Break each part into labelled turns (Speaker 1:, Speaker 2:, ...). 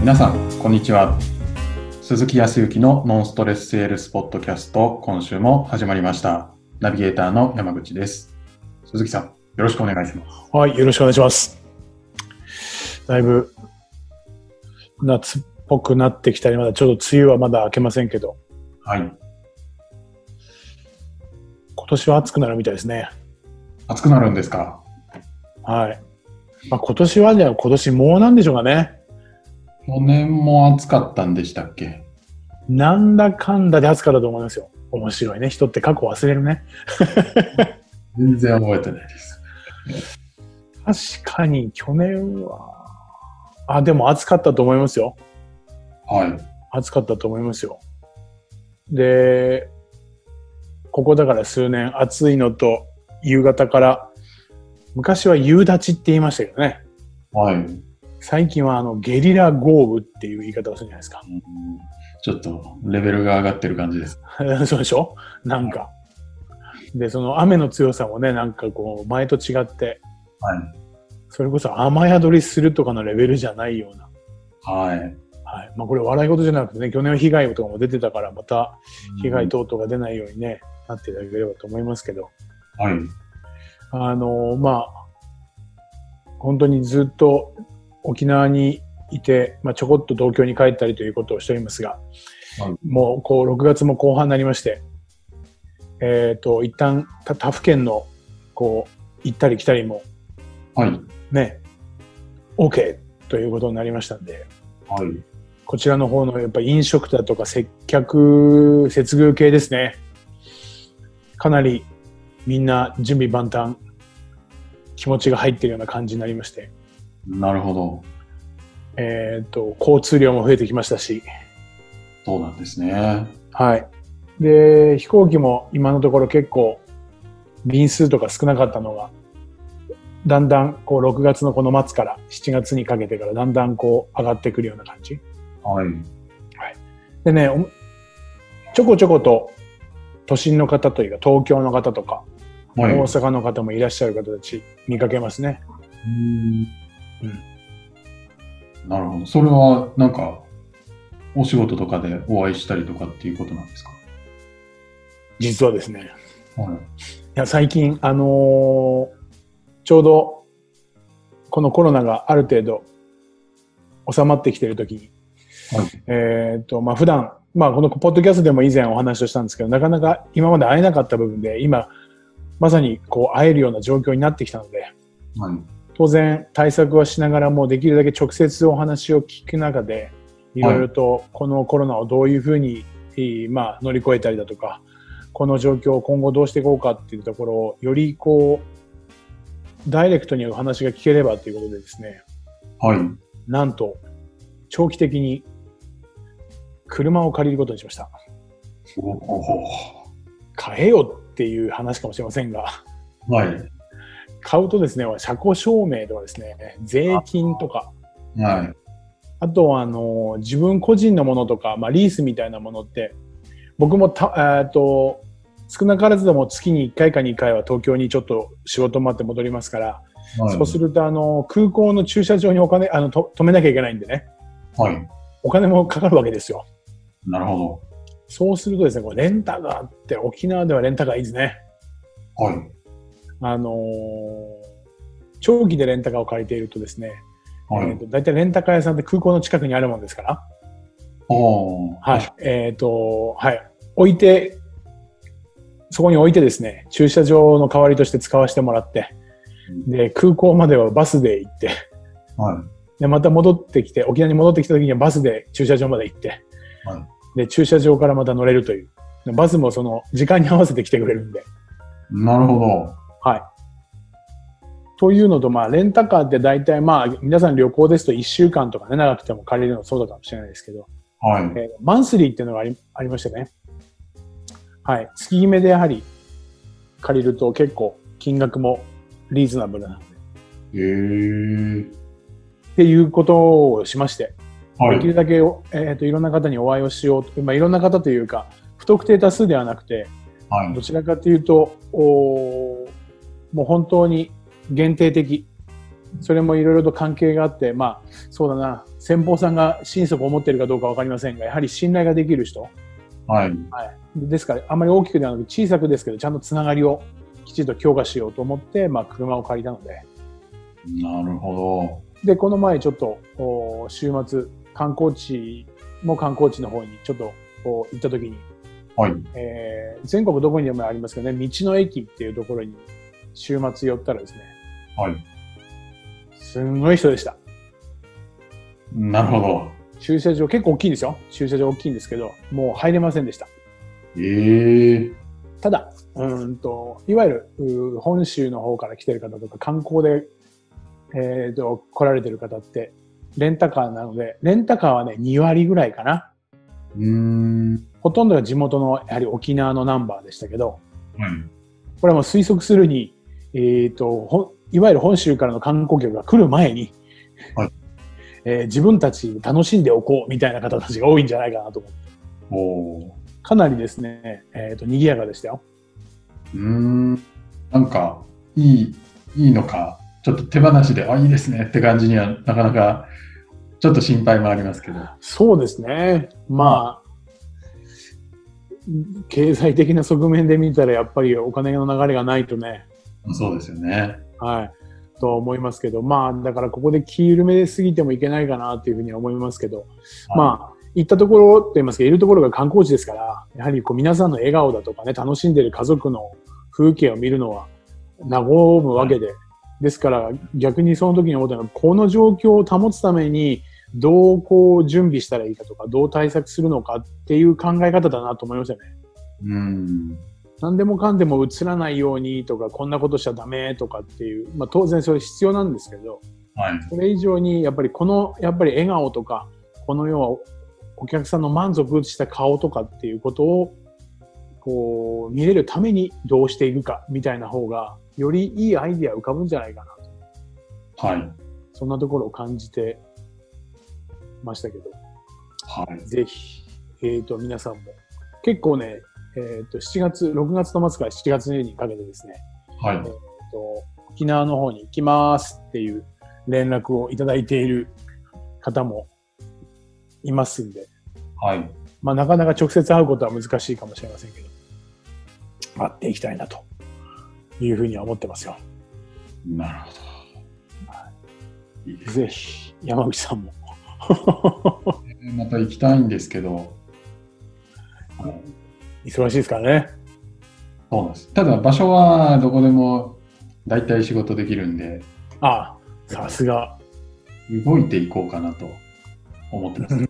Speaker 1: 皆さん、こんにちは。鈴木康之のノンストレスセールスポッドキャスト、今週も始まりました。ナビゲーターの山口です。鈴木さん、よろしくお願いします。
Speaker 2: はい、よろしくお願いします。だいぶ夏っぽくなってきたり、まだちょっと梅雨はまだ明けませんけど。
Speaker 1: はい。
Speaker 2: 今年は暑くなるみたいですね。
Speaker 1: 暑くなるんですか。
Speaker 2: はい。まあ、今年はじゃあ今年もうなんでしょうかね。
Speaker 1: 去年も暑かったんでしたっけ
Speaker 2: なんだかんだで暑かったと思いますよ。面白いね。人って過去忘れるね。
Speaker 1: 全然覚えてない
Speaker 2: です。確かに去年は、あ、でも暑かったと思いますよ。
Speaker 1: はい。
Speaker 2: 暑かったと思いますよ。で、ここだから数年暑いのと夕方から昔は夕立って言いましたけどね。
Speaker 1: はい。
Speaker 2: 最近はあのゲリラ豪雨っていう言い方をするじゃないですか。うん、
Speaker 1: ちょっとレベルが上がってる感じです。
Speaker 2: そうでしょなんか。で、その雨の強さもね、なんかこう、前と違って、
Speaker 1: はい、
Speaker 2: それこそ雨宿りするとかのレベルじゃないような。。
Speaker 1: はい。はい
Speaker 2: まあこれ笑い事じゃなくてね、去年は被害とかも出てたから、また被害等々が出ないようにね、うん、なっていただければと思いますけど。
Speaker 1: はい。
Speaker 2: あのまあ、本当にずっと沖縄にいて、まあ、ちょこっと東京に帰ったりということをしておりますが、はい、もうこう6月も後半になりまして、えっ、ー、と、一旦他他府県のこう行ったり来たりも、
Speaker 1: はい、
Speaker 2: ね、OK ということになりましたんで、
Speaker 1: はい、
Speaker 2: こちらの方のやっぱ飲食だとか接客、接遇系ですね、かなりみんな準備万端気持ちが入ってるような感じになりまして
Speaker 1: なるほど
Speaker 2: えっ、ー、と交通量も増えてきましたし
Speaker 1: そうなんですね
Speaker 2: はいで飛行機も今のところ結構便数とか少なかったのがだんだんこう6月のこの末から7月にかけてからだんだんこう上がってくるような感じ
Speaker 1: はい、はい、
Speaker 2: でねちょこちょこと都心の方というか東京の方とか、はい、大阪の方もいらっしゃる方たち見かけますね。
Speaker 1: うん、なるほど。それはなんかお仕事とかでお会いしたりとかっていうことなんですか
Speaker 2: 実はですね、
Speaker 1: はい、い
Speaker 2: や最近、あのー、ちょうどこのコロナがある程度収まってきてる時に、はい、えっ、ー、とまあ普段まあ、このポッドキャストでも以前お話をしたんですけど、なかなか今まで会えなかった部分で、今、まさにこう会えるような状況になってきたので、
Speaker 1: はい、
Speaker 2: 当然対策はしながらもできるだけ直接お話を聞く中で、いろいろとこのコロナをどういうふうに、まあ、乗り越えたりだとか、この状況を今後どうしていこうかっていうところを、よりこう、ダイレクトにお話が聞ければということでですね、
Speaker 1: はい、
Speaker 2: なんと、長期的に車を借りることにしました。買えよっていう話かもしれませんが、
Speaker 1: はい、
Speaker 2: 買うとですね、車庫証明とかですね、税金とか、
Speaker 1: はい、
Speaker 2: あとはあの自分個人のものとか、まあ、リースみたいなものって、僕もた、えー、と少なからずでも月に1回か2回は東京にちょっと仕事もあって戻りますから、はい、そうするとあの空港の駐車場にお金あのと止めなきゃいけないんでね、
Speaker 1: はい、
Speaker 2: お金もかかるわけですよ。
Speaker 1: なるほど。
Speaker 2: そうするとですね、これレンタカーって沖縄ではレンタカーいいですね。
Speaker 1: はい。
Speaker 2: あのー、長期でレンタカーを借りているとですね、はい、えーと、と大体レンタカー屋さんって空港の近くにあるもんですから、
Speaker 1: お
Speaker 2: はい、えっ、ー、と、はい、置いて、そこに置いてですね、駐車場の代わりとして使わせてもらって、で、空港まではバスで行って、
Speaker 1: はい、
Speaker 2: で、また戻ってきて、沖縄に戻ってきた時にはバスで駐車場まで行って、
Speaker 1: はい、
Speaker 2: で駐車場からまた乗れるというバスもその時間に合わせて来てくれるんで
Speaker 1: なるほど
Speaker 2: はいというのとまあレンタカーって大体まあ皆さん旅行ですと1週間とかね長くても借りるのそうだかもしれないですけど、
Speaker 1: はいえ
Speaker 2: ー、マンスリーっていうのがありありましてねはい月決めでやはり借りると結構金額もリーズナブルなの
Speaker 1: でへえ
Speaker 2: っていうことをしまして
Speaker 1: はい、
Speaker 2: できるだけ、えーと、といろんな方にお会いをしようと、まあ、いろんな方というか不特定多数ではなくて、
Speaker 1: はい、
Speaker 2: どちらかというとおもう本当に限定的それもいろいろと関係があって、まあ、そうだな、先方さんが心底思ってるかどうかわかりませんが、やはり信頼ができる人。
Speaker 1: はい。
Speaker 2: はい、ですから、あまり大きくではなく、小さくですけど、ちゃんとつながりをきちんと強化しようと思って、まあ、車を借りたので。
Speaker 1: なるほ
Speaker 2: ど。で、この前ちょっと、お週末、観光地も観光地の方にちょっとこう行った時に、
Speaker 1: はい
Speaker 2: えー、全国どこにでもありますけどね、道の駅っていうところに週末寄ったらですね、
Speaker 1: はい。
Speaker 2: すんごい人でした。
Speaker 1: なるほど。
Speaker 2: 駐車場結構大きいんですよ。駐車場大きいんですけど、もう入れませんでした。
Speaker 1: えー、
Speaker 2: ただ、うんと、いわゆる本州の方から来てる方とか観光で、えーと、と来られてる方ってレンタカーなので、レンタカーはね、2割ぐらいかな。
Speaker 1: うん
Speaker 2: ほとんどが地元の、やはり沖縄のナンバーでしたけど、
Speaker 1: うん、
Speaker 2: これはもう推測するに、えっ、ー、と、いわゆる本州からの観光客が来る前に、
Speaker 1: はい、
Speaker 2: えー、自分たちで楽しんでおこうみたいな方たちが多いんじゃないかなと思って。おかなりですね、えっ、ー、と、賑やかでしたよ。
Speaker 1: うん。なんか、いい、いいのか、ちょっと手放しで、あ、いいですねって感じにはなかなか、ちょっと心配もありますけど。
Speaker 2: そうですね。まあ、うん、経済的な側面で見たら、やっぱりお金の流れがないとね。
Speaker 1: そうですよね。
Speaker 2: はい。と思いますけど、まあ、だからここで気緩めすぎてもいけないかなというふうには思いますけど、はい、まあ、行ったところと言いますか、いるところが観光地ですから、やはりこう皆さんの笑顔だとかね、楽しんでる家族の風景を見るのは、和むわけで、はいですから逆にその時に思ったのはこの状況を保つためにどうこう準備したらいいかとかどう対策するのかっていう考え方だなと思いましたね。
Speaker 1: うん
Speaker 2: 何でもかんでもうつらないようにとかこんなことしちゃだめとかっていう、まあ、当然それ必要なんですけど、
Speaker 1: はい、
Speaker 2: それ以上にやっぱりこのやっぱり笑顔とかこの要はお客さんの満足した顔とかっていうことをこう見れるためにどうしていくかみたいな方がよりいいアイディア浮かぶんじゃないか
Speaker 1: なはい。
Speaker 2: そんなところを感じてましたけど。
Speaker 1: はい。
Speaker 2: ぜひ、えっ、ー、と、皆さんも。結構ね、えっ、ー、と、7月、6月の末から7月にかけてですね。
Speaker 1: はい。えっ、
Speaker 2: と、沖縄の方に行きますっていう連絡をいただいている方もいますんで。
Speaker 1: はい。
Speaker 2: まあ、なかなか直接会うことは難しいかもしれませんけど、会っていきたいなというふうには思ってますよ。、
Speaker 1: なるほど。はい
Speaker 2: いいぜひ、山口さんも。
Speaker 1: また行きたいんですけど、
Speaker 2: 忙しいですからね。
Speaker 1: そうなんです。ただ、場所はどこでも大体仕事できるんで。
Speaker 2: ああ、さすが。
Speaker 1: 動いていこうかなと思ってます、ね。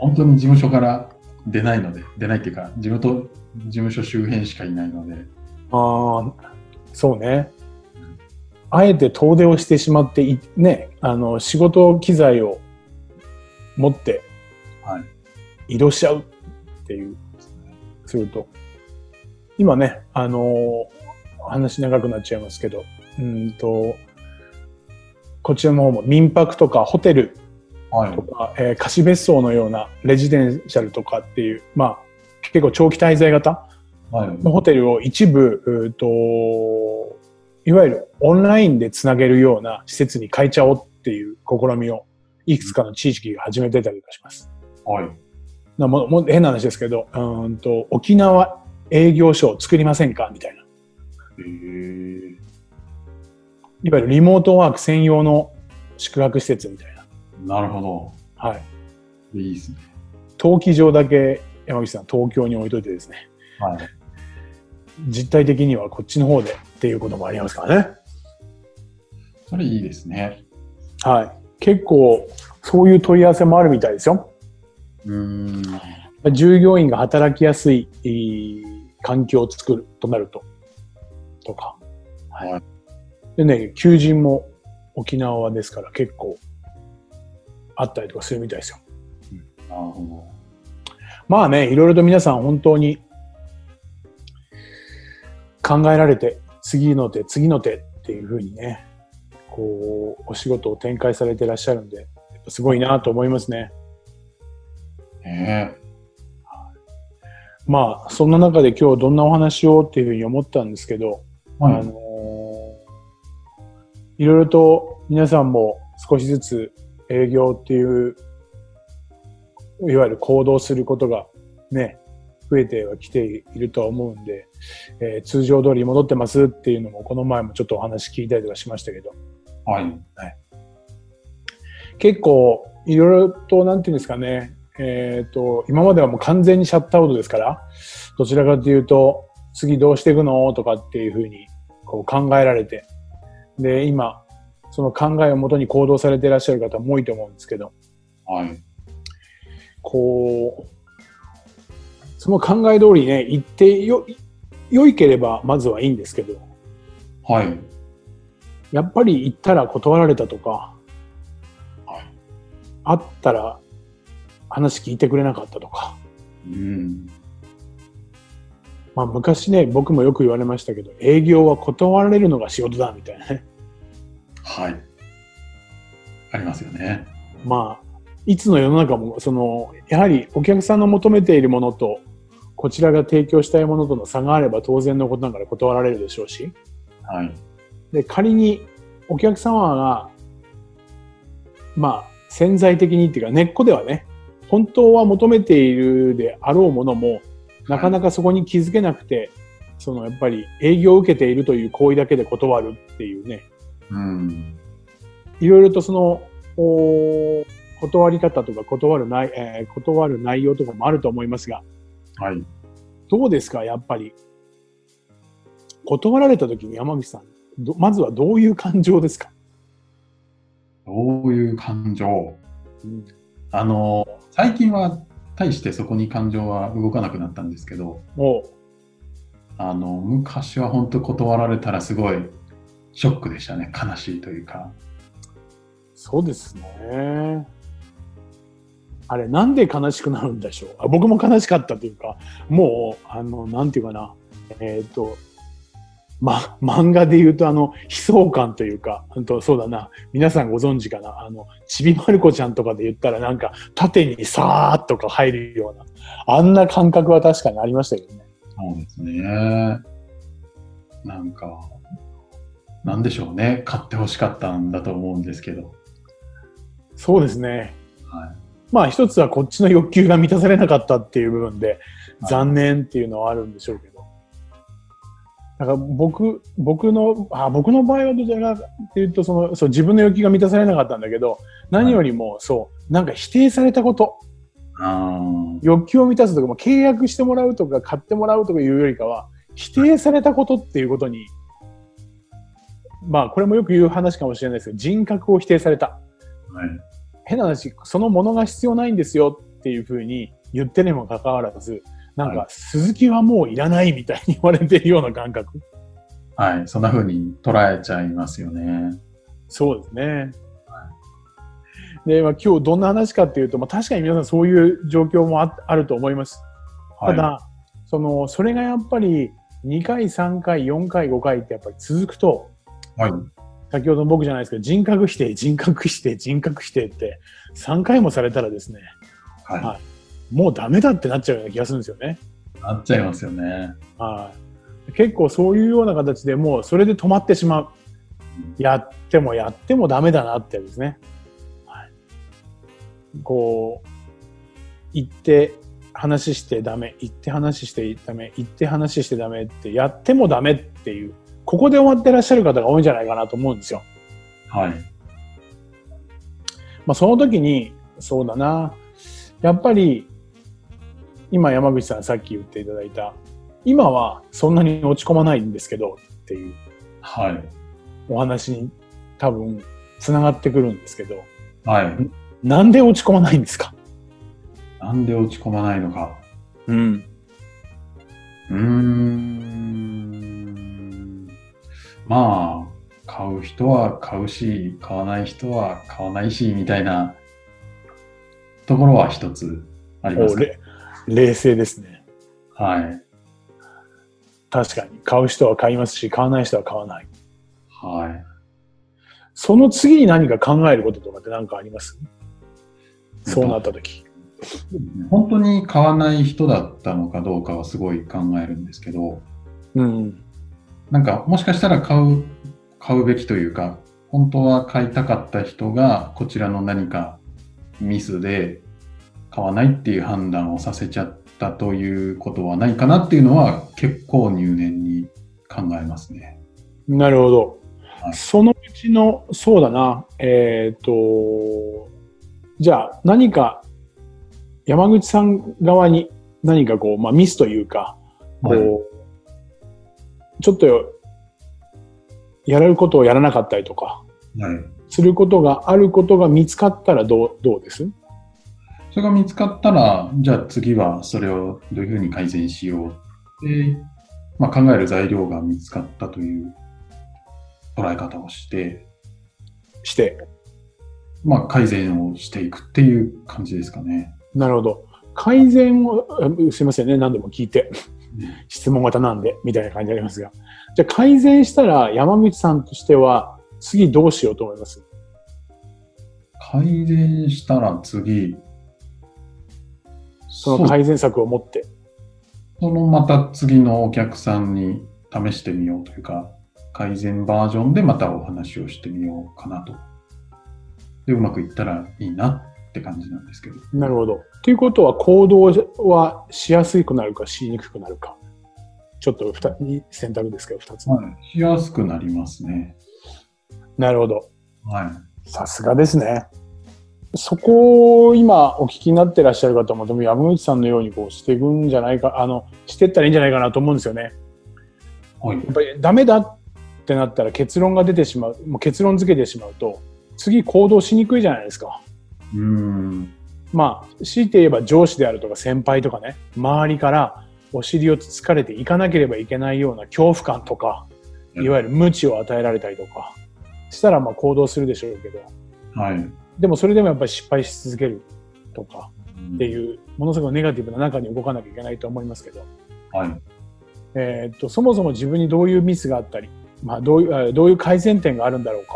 Speaker 1: 本当に事務所から出ないので、出ないっていうか、地元、事務所周辺しかいないので。
Speaker 2: ああ、そうね。あえて遠出をしてしまって、ね、あの、仕事機材を持って、。
Speaker 1: はい
Speaker 2: 移動しちゃうっていう、すると。今ね、あのー、話長くなっちゃいますけど、うんと、こちらの方も民泊とかホテルとか、はい、えー、貸別荘のようなレジデンシャルとかっていう、まあ、結構長期滞在型のホテルを一部、う、は、ん、い、といわゆるオンラインでつなげるような施設に変えちゃおうっていう試みをいくつかの地域が始めてたりとかします。
Speaker 1: はい、
Speaker 2: なもも変な話ですけどうんと沖縄営業所を作りませんかみたいな。いわゆるリモートワーク専用の宿泊施設みたいな。
Speaker 1: なるほ。
Speaker 2: ど。はい
Speaker 1: いいですね。
Speaker 2: 登記上だけ山口さん東京に置いといてですね。
Speaker 1: はい。
Speaker 2: 実態的にはこっちの方でっていうこともありますからね。
Speaker 1: それいいですね。
Speaker 2: はい。結構そういう問い合わせもあるみたいですよ。
Speaker 1: うん。
Speaker 2: 従業員が働きやすい環境を作るとなると。とか。
Speaker 1: はい。はい、
Speaker 2: でね、求人も沖縄ですから結構あったりとかするみたいですよ。
Speaker 1: なるほど。
Speaker 2: まあね、いろいろと皆さん本当に考えられて、次の手、次の手っていうふうにね、こう、お仕事を展開されてらっしゃるんで、すごいなと思いますね。
Speaker 1: ねえ。
Speaker 2: まあ、そんな中で今日どんなお話をっていうふうに思ったんですけど、
Speaker 1: はい、
Speaker 2: あのー、いろいろと皆さんも少しずつ営業っていう、いわゆる行動することがね、増えてはきているとは思うんで、えー通常通り戻ってますっていうのも、この前もちょっとお話聞いたりとかしましたけど、
Speaker 1: はい。
Speaker 2: 結構いろいろと、なんていうんですかね、えっ、と、今まではもう完全にシャットアウトですから、どちらかというと、次どうしていくのとかっていうふうにこう考えられて、で、今、その考えをもとに行動されていらっしゃる方も多いと思うんですけど、
Speaker 1: はい。
Speaker 2: こう、その考え通りね、言ってよ、良いければまずはいいんですけど、
Speaker 1: はい。
Speaker 2: やっぱり行ったら断られたとか、あったら話聞いてくれなかったとか、
Speaker 1: うん。
Speaker 2: まあ、昔ね、僕もよく言われましたけど、営業は断られるのが仕事だみたいなね。
Speaker 1: はい。ありますよね。
Speaker 2: まあ、いつの世の中も、その、やはりお客さんの求めているものと、こちらが提供したいものとの差があれば当然のことながら断られるでしょうし、
Speaker 1: はい。
Speaker 2: で、仮にお客様が、まあ、潜在的にっていうか、根っこではね、本当は求めているであろうものも、なかなかそこに気づけなくて、そのやっぱり営業を受けているという行為だけで断るっていうね、
Speaker 1: うん。
Speaker 2: いろいろとその、おー断り方とか断る内、えー断る内容とかもあると思いますが、
Speaker 1: はい。
Speaker 2: どうですか、やっぱり。断られた時に山口さん、どまずはどういう感情ですか、
Speaker 1: どういう感情あの、最近は大してそこに感情は動かなくなったんですけど、
Speaker 2: もう、
Speaker 1: あの、昔は本当断られたらすごいショックでしたね。悲しいというか。
Speaker 2: そうですね。あれ、なんで悲しくなるんでしょうあ僕も悲しかったというか、もう、あの、なんていうかな、えっ、と、ま、漫画で言うと、あの、悲壮感というか、うんと、そうだな、皆さんご存知かな、あの、ちびまる子ちゃんとかで言ったら、なんか、縦にさーっとか入るような、あんな感覚は確かにありましたけどね。
Speaker 1: そうですね。なんか、なんでしょうね。買って欲しかったんだと思うんですけど。
Speaker 2: そうですね。
Speaker 1: は
Speaker 2: まあ、一つはこっちの欲求が満たされなかったっていう部分で、
Speaker 1: はい
Speaker 2: 残念っていうのはあるんでしょうけど。だから僕、僕の、あ僕の場合はどちらかっていうとその、そう、自分の欲求が満たされなかったんだけど、何よりも、そう、なんか否定されたこと、
Speaker 1: あー
Speaker 2: 欲求を満たすとか、まあ契約してもらうとか、買ってもらうとかいうよりかは、否定されたことっていうことに、まあ、これもよく言う話かもしれないですけど、人格を否定された。
Speaker 1: はい。
Speaker 2: 変な話、そのものが必要ないんですよっていうふうに言ってるにもかかわらず、なん
Speaker 1: は
Speaker 2: か、鈴木はもういらないみたいに言われてるような感覚。
Speaker 1: はい、そんな風に捉えちゃいますよね。
Speaker 2: そうですね。で、まあ、今日どんな話かっていうと、まあ、確かに皆さんそういう状況もああると思います。
Speaker 1: はい、
Speaker 2: ただ、その、それがやっぱり2回、3回、4回、5回ってやっぱり続くと、
Speaker 1: はい、
Speaker 2: 先ほどの僕じゃないですけど、人格否定、人格否定、人格否定って3回もされたらですね、
Speaker 1: はい、
Speaker 2: はもうダメだってなっちゃうような気がするんですよね。
Speaker 1: なっちゃいますよね。
Speaker 2: はい。結構そういうような形でもうそれで止まってしまう。やってもやってもダメだなってやつですね。はい、こう、言って話してダメ、言って話してダメ、言って話してダメってやってもダメっていう、ここで終わってらっしゃる方が多いんじゃないかなと思うんですよ。
Speaker 1: はい、
Speaker 2: まあ、その時に、そうだな、やっぱり、今山口さんさっき言っていただいた、今はそんなに落ち込まないんですけどっていう
Speaker 1: はい、
Speaker 2: お話に多分繋がってくるんですけど、
Speaker 1: はい。
Speaker 2: なんで落ち込まないんですか
Speaker 1: なんで落ち込まないのか。
Speaker 2: うん。
Speaker 1: うーん。まあ、買う人は買うし、買わない人は買わないし、みたいなところは一つありますね。
Speaker 2: れ冷静ですね。
Speaker 1: はい、
Speaker 2: 確かに。買う人は買いますし、買わない人は買わない。
Speaker 1: はい。
Speaker 2: その次に何か考えることとかって何かありますそうなった時。
Speaker 1: 本当に買わない人だったのかどうかはすごい考えるんですけど、
Speaker 2: うん。
Speaker 1: なんかもしかしたら買う、買うべきというか、本当は買いたかった人が、こちらの何かミスで買わないっていう判断をさせちゃったということはないかなっていうのは、結構入念に考えますね。
Speaker 2: なるほど。
Speaker 1: はい
Speaker 2: そのうちの、そうだな、えっ、と、じゃあ何か、山口さん側に何かこう、まあミスというか、こう、
Speaker 1: はい
Speaker 2: ちょっと、やれることをやらなかったりとか、
Speaker 1: はい。
Speaker 2: することがあることが見つかったらどう、どうです
Speaker 1: それが見つかったら、じゃあ次はそれをどういうふうに改善しようって、まあ、考える材料が見つかったという捉え方をして、
Speaker 2: して。
Speaker 1: まあ、改善をしていくっていう感じですかね。
Speaker 2: なるほど。改善を、あすいませんね、何度も聞いて、 質問型なんで、みたいな感じありますが。じゃあ改善したら山口さんとしては、次どうしようと思います
Speaker 1: 改善したら次、
Speaker 2: そ
Speaker 1: そ
Speaker 2: の
Speaker 1: う
Speaker 2: 改善策を持って。
Speaker 1: そのまた次のお客さんに試してみようというか、改善バージョンでまたお話をしてみようかなと。で、うまくいったらいいなって感じなんですけど。
Speaker 2: なるほど。ということは、行動はしやすくなるか、しにくくなるか。ちょっと二二選択ですけど、二つ。
Speaker 1: はい、しやすくなりますね。
Speaker 2: なるほど。
Speaker 1: はい。
Speaker 2: さすがですね。そこを今お聞きになってらっしゃる方も、でも山口さんのようにこうしていくんじゃないか、あの、していったらいいんじゃないかなと思うんですよね。
Speaker 1: はい。
Speaker 2: やっぱりダメだってなったら結論が出てしまう、もう結論付けてしまうと、次行動しにくいじゃないですか。
Speaker 1: うーん。
Speaker 2: まあ、強いて言えば上司であるとか先輩とかね、周りからお尻をつつかれていかなければいけないような恐怖感とか、いわゆる無知を与えられたりとか、したらまあ行動するでしょうけど、
Speaker 1: はい。
Speaker 2: でもそれでもやっぱり失敗し続けるとかって
Speaker 1: う
Speaker 2: いう、ものすごくネガティブな中に動かなきゃいけないと思いますけど、
Speaker 1: ん。はい。
Speaker 2: えーっと、そもそも自分にどういうミスがあったり、まあどういう、あどういう改善点があるんだろう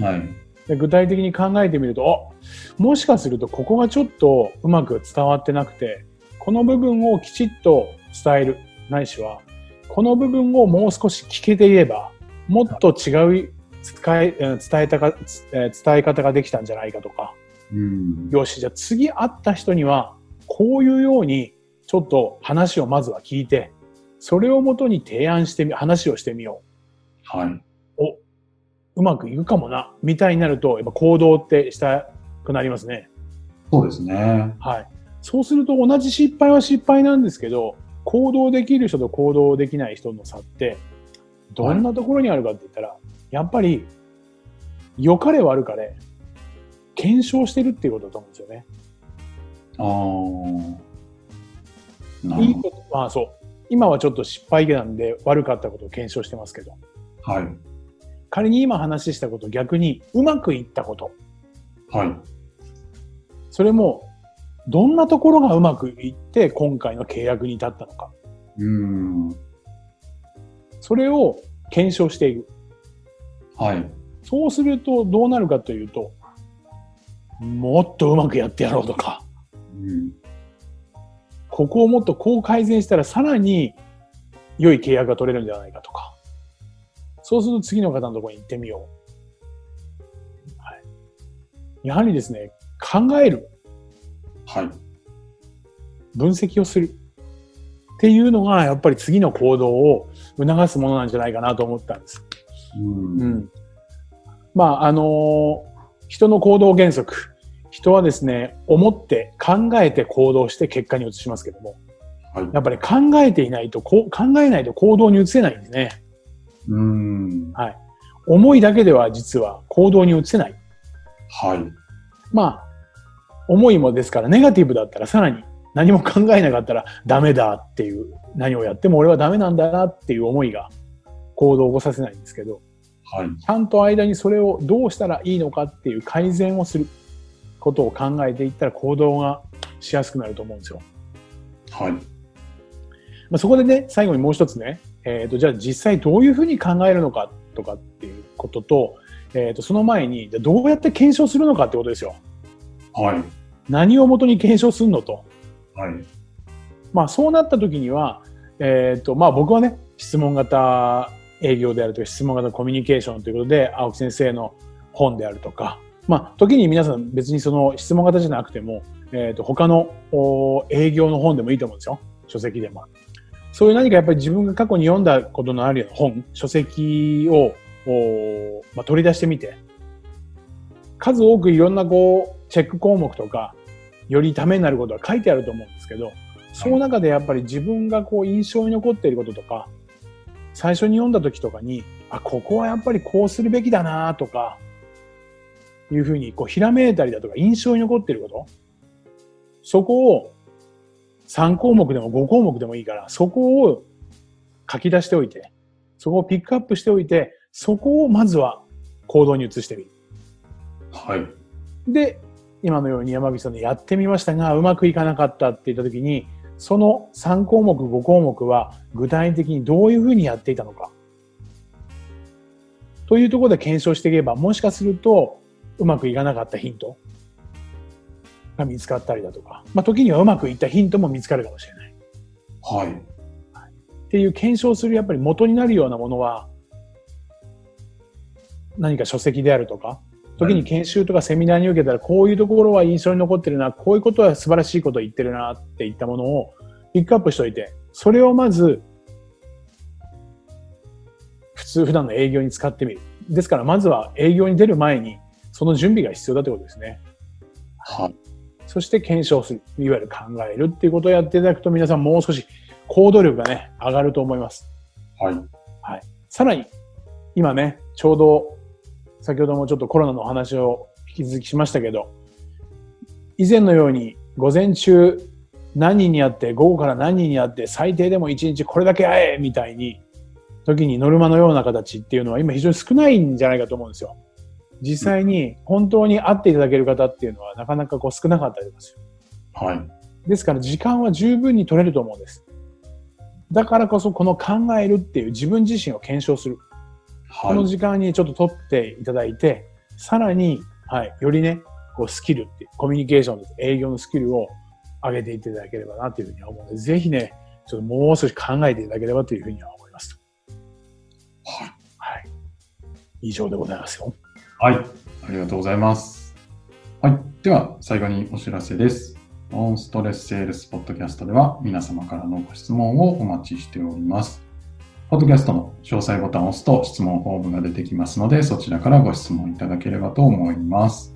Speaker 2: か、
Speaker 1: はい。
Speaker 2: で具体的に考えてみるとあもしかするとここがちょっとうまく伝わってなくてこの部分をきちっと伝えるないしはこの部分をもう少し聞けていればもっと違う使いえー伝えたかつえー伝え方ができたんじゃないかとか
Speaker 1: うん。
Speaker 2: よしじゃあ次会った人にはこういうようにちょっと話をまずは聞いてそれをもとに提案してみ話をしてみよう
Speaker 1: はい。
Speaker 2: おうまくいくかもなみたいになるとやっぱ行動ってしたくなりますね。
Speaker 1: そうですね。
Speaker 2: はい、そうすると同じ失敗は失敗なんですけど行動できる人と行動できない人の差ってどんなところにあるかって言ったら、やっぱり良かれ悪かれ検証してるっていうことだと思うんですよね。
Speaker 1: ああ。ないる
Speaker 2: い
Speaker 1: ほ
Speaker 2: ことまあそう今はちょっと失敗なんで悪かったことを検証してますけど
Speaker 1: ど。はい。
Speaker 2: 仮に今話したこと逆にうまくいったこと
Speaker 1: はい。
Speaker 2: それも、どんなところがうまくいって、今回の契約に至ったのか。
Speaker 1: うーん。
Speaker 2: それを検証していく。
Speaker 1: はい。
Speaker 2: そうするとどうなるかというと、もっとうまくやってやろうとか、
Speaker 1: うん。
Speaker 2: ここをもっとこう改善したらさらに良い契約が取れるんじゃないかとか。そうすると次の方のところに行ってみよう。はい、やはりですね、考える、
Speaker 1: はい。
Speaker 2: 分析をする。っていうのが、やっぱり次の行動を促すものなんじゃないかなと思ったんです。
Speaker 1: うん。
Speaker 2: うん、まああの人の行動原則人はですね思って考えて行動して結果に移しますけども
Speaker 1: はい。
Speaker 2: やっぱり考えていないとこう考えないと行動に移せないんですね
Speaker 1: うーん。
Speaker 2: 思いだけでは実は行動に移せない
Speaker 1: はい。
Speaker 2: まあ思いもですからネガティブだったらさらに何も考えなかったらダメだっていう何をやっても俺はダメなんだなっていう思いが行動を起こさせないんですけど
Speaker 1: はい。
Speaker 2: ちゃんと間にそれをどうしたらいいのかっていう改善をすることを考えていったら行動がしやすくなると思うんですよ。
Speaker 1: はい。
Speaker 2: まあ、そこでね、最後にもう一つね、えっ、と、じゃあ実際どういうふうに考えるのかとかっていうことと、えっ、と、その前に、じゃあどうやって検証するのかってことですよ。
Speaker 1: はい。
Speaker 2: 何をもとに検証するのと。
Speaker 1: はい。
Speaker 2: まあ、そうなった時には、えっ、と、まあ僕はね、質問型営業であるとか質問型コミュニケーションということで青木先生の本であるとか、まあ、時に皆さん別にその質問型じゃなくても、えー、と他のお営業の本でもいいと思うんですよ書籍でも。そういう何かやっぱり自分が過去に読んだことのあるような本書籍をお、まあ、取り出してみて数多くいろんなこうチェック項目とかよりためになることは書いてあると思うんですけどその中でやっぱり自分がこう印象に残っていることとか最初に読んだ時とかにあここはやっぱりこうするべきだなとかいうふうにこうひらめいたりだとか印象に残っていることそこを3項目でも5項目でもいいからそこを書き出しておいてそこをピックアップしておいてそこをまずは行動に移してみる。
Speaker 1: はい。
Speaker 2: で、今のように山口さんのやってみましたが、うまくいかなかったって言ったときに、その3項目、5項目は具体的にどういうふうにやっていたのか。というところで検証していけば、もしかすると、うまくいかなかったヒントが見つかったりだとか、まあ、時にはうまくいったヒントも見つかるかもしれない。
Speaker 1: はい。
Speaker 2: っていう検証するやっぱり元になるようなものは何か書籍であるとか時に研修とかセミナーに受けたらこういうところは印象に残ってるなこういうことは素晴らしいことを言ってるなっていったものをピックアップしておいてそれをまず普通普段の営業に使ってみるですからまずは営業に出る前にその準備が必要だということですね
Speaker 1: はい。
Speaker 2: そして検証するいわゆる考えるっていうことをやっていただくと皆さんもう少し行動力がね上がると思います
Speaker 1: はい。
Speaker 2: さらに、今ね、ちょうど、先ほどもちょっとコロナのお話を引き続きしましたけど、以前のように、午前中何人に会って、午後から何人に会って、最低でも1日これだけ会えみたいに、時にノルマのような形っていうのは今非常に少ないんじゃないかと思うんですよ。実際に本当に会っていただける方っていうのはなかなかこう少なかったりとかする。
Speaker 1: はい。
Speaker 2: ですから時間は十分に取れると思うんです。だからこそこの考えるっていう自分自身を検証する。こ
Speaker 1: は
Speaker 2: の
Speaker 1: い。
Speaker 2: 時間にちょっと取っていただいて、さらに、はい、よりね、こうスキルっていう、コミュニケーションです、営業のスキルを上げていただければなというふうには思うので、ぜひね、ちょっともう少し考えていただければというふうには思います。
Speaker 1: はい
Speaker 2: はい。以上でございますよ。
Speaker 1: はい、ありがとうございます。はい、では最後にお知らせです。ノンストレスセールスポッドキャストでは皆様からのご質問をお待ちしております。ポッドキャストの詳細ボタンを押すと質問フォームが出てきますので、そちらからご質問いただければと思います。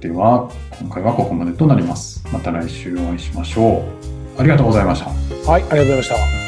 Speaker 1: では、今回はここまでとなります。また来週お会いしましょう。ありがとうございました。
Speaker 2: はい、ありがとうございました。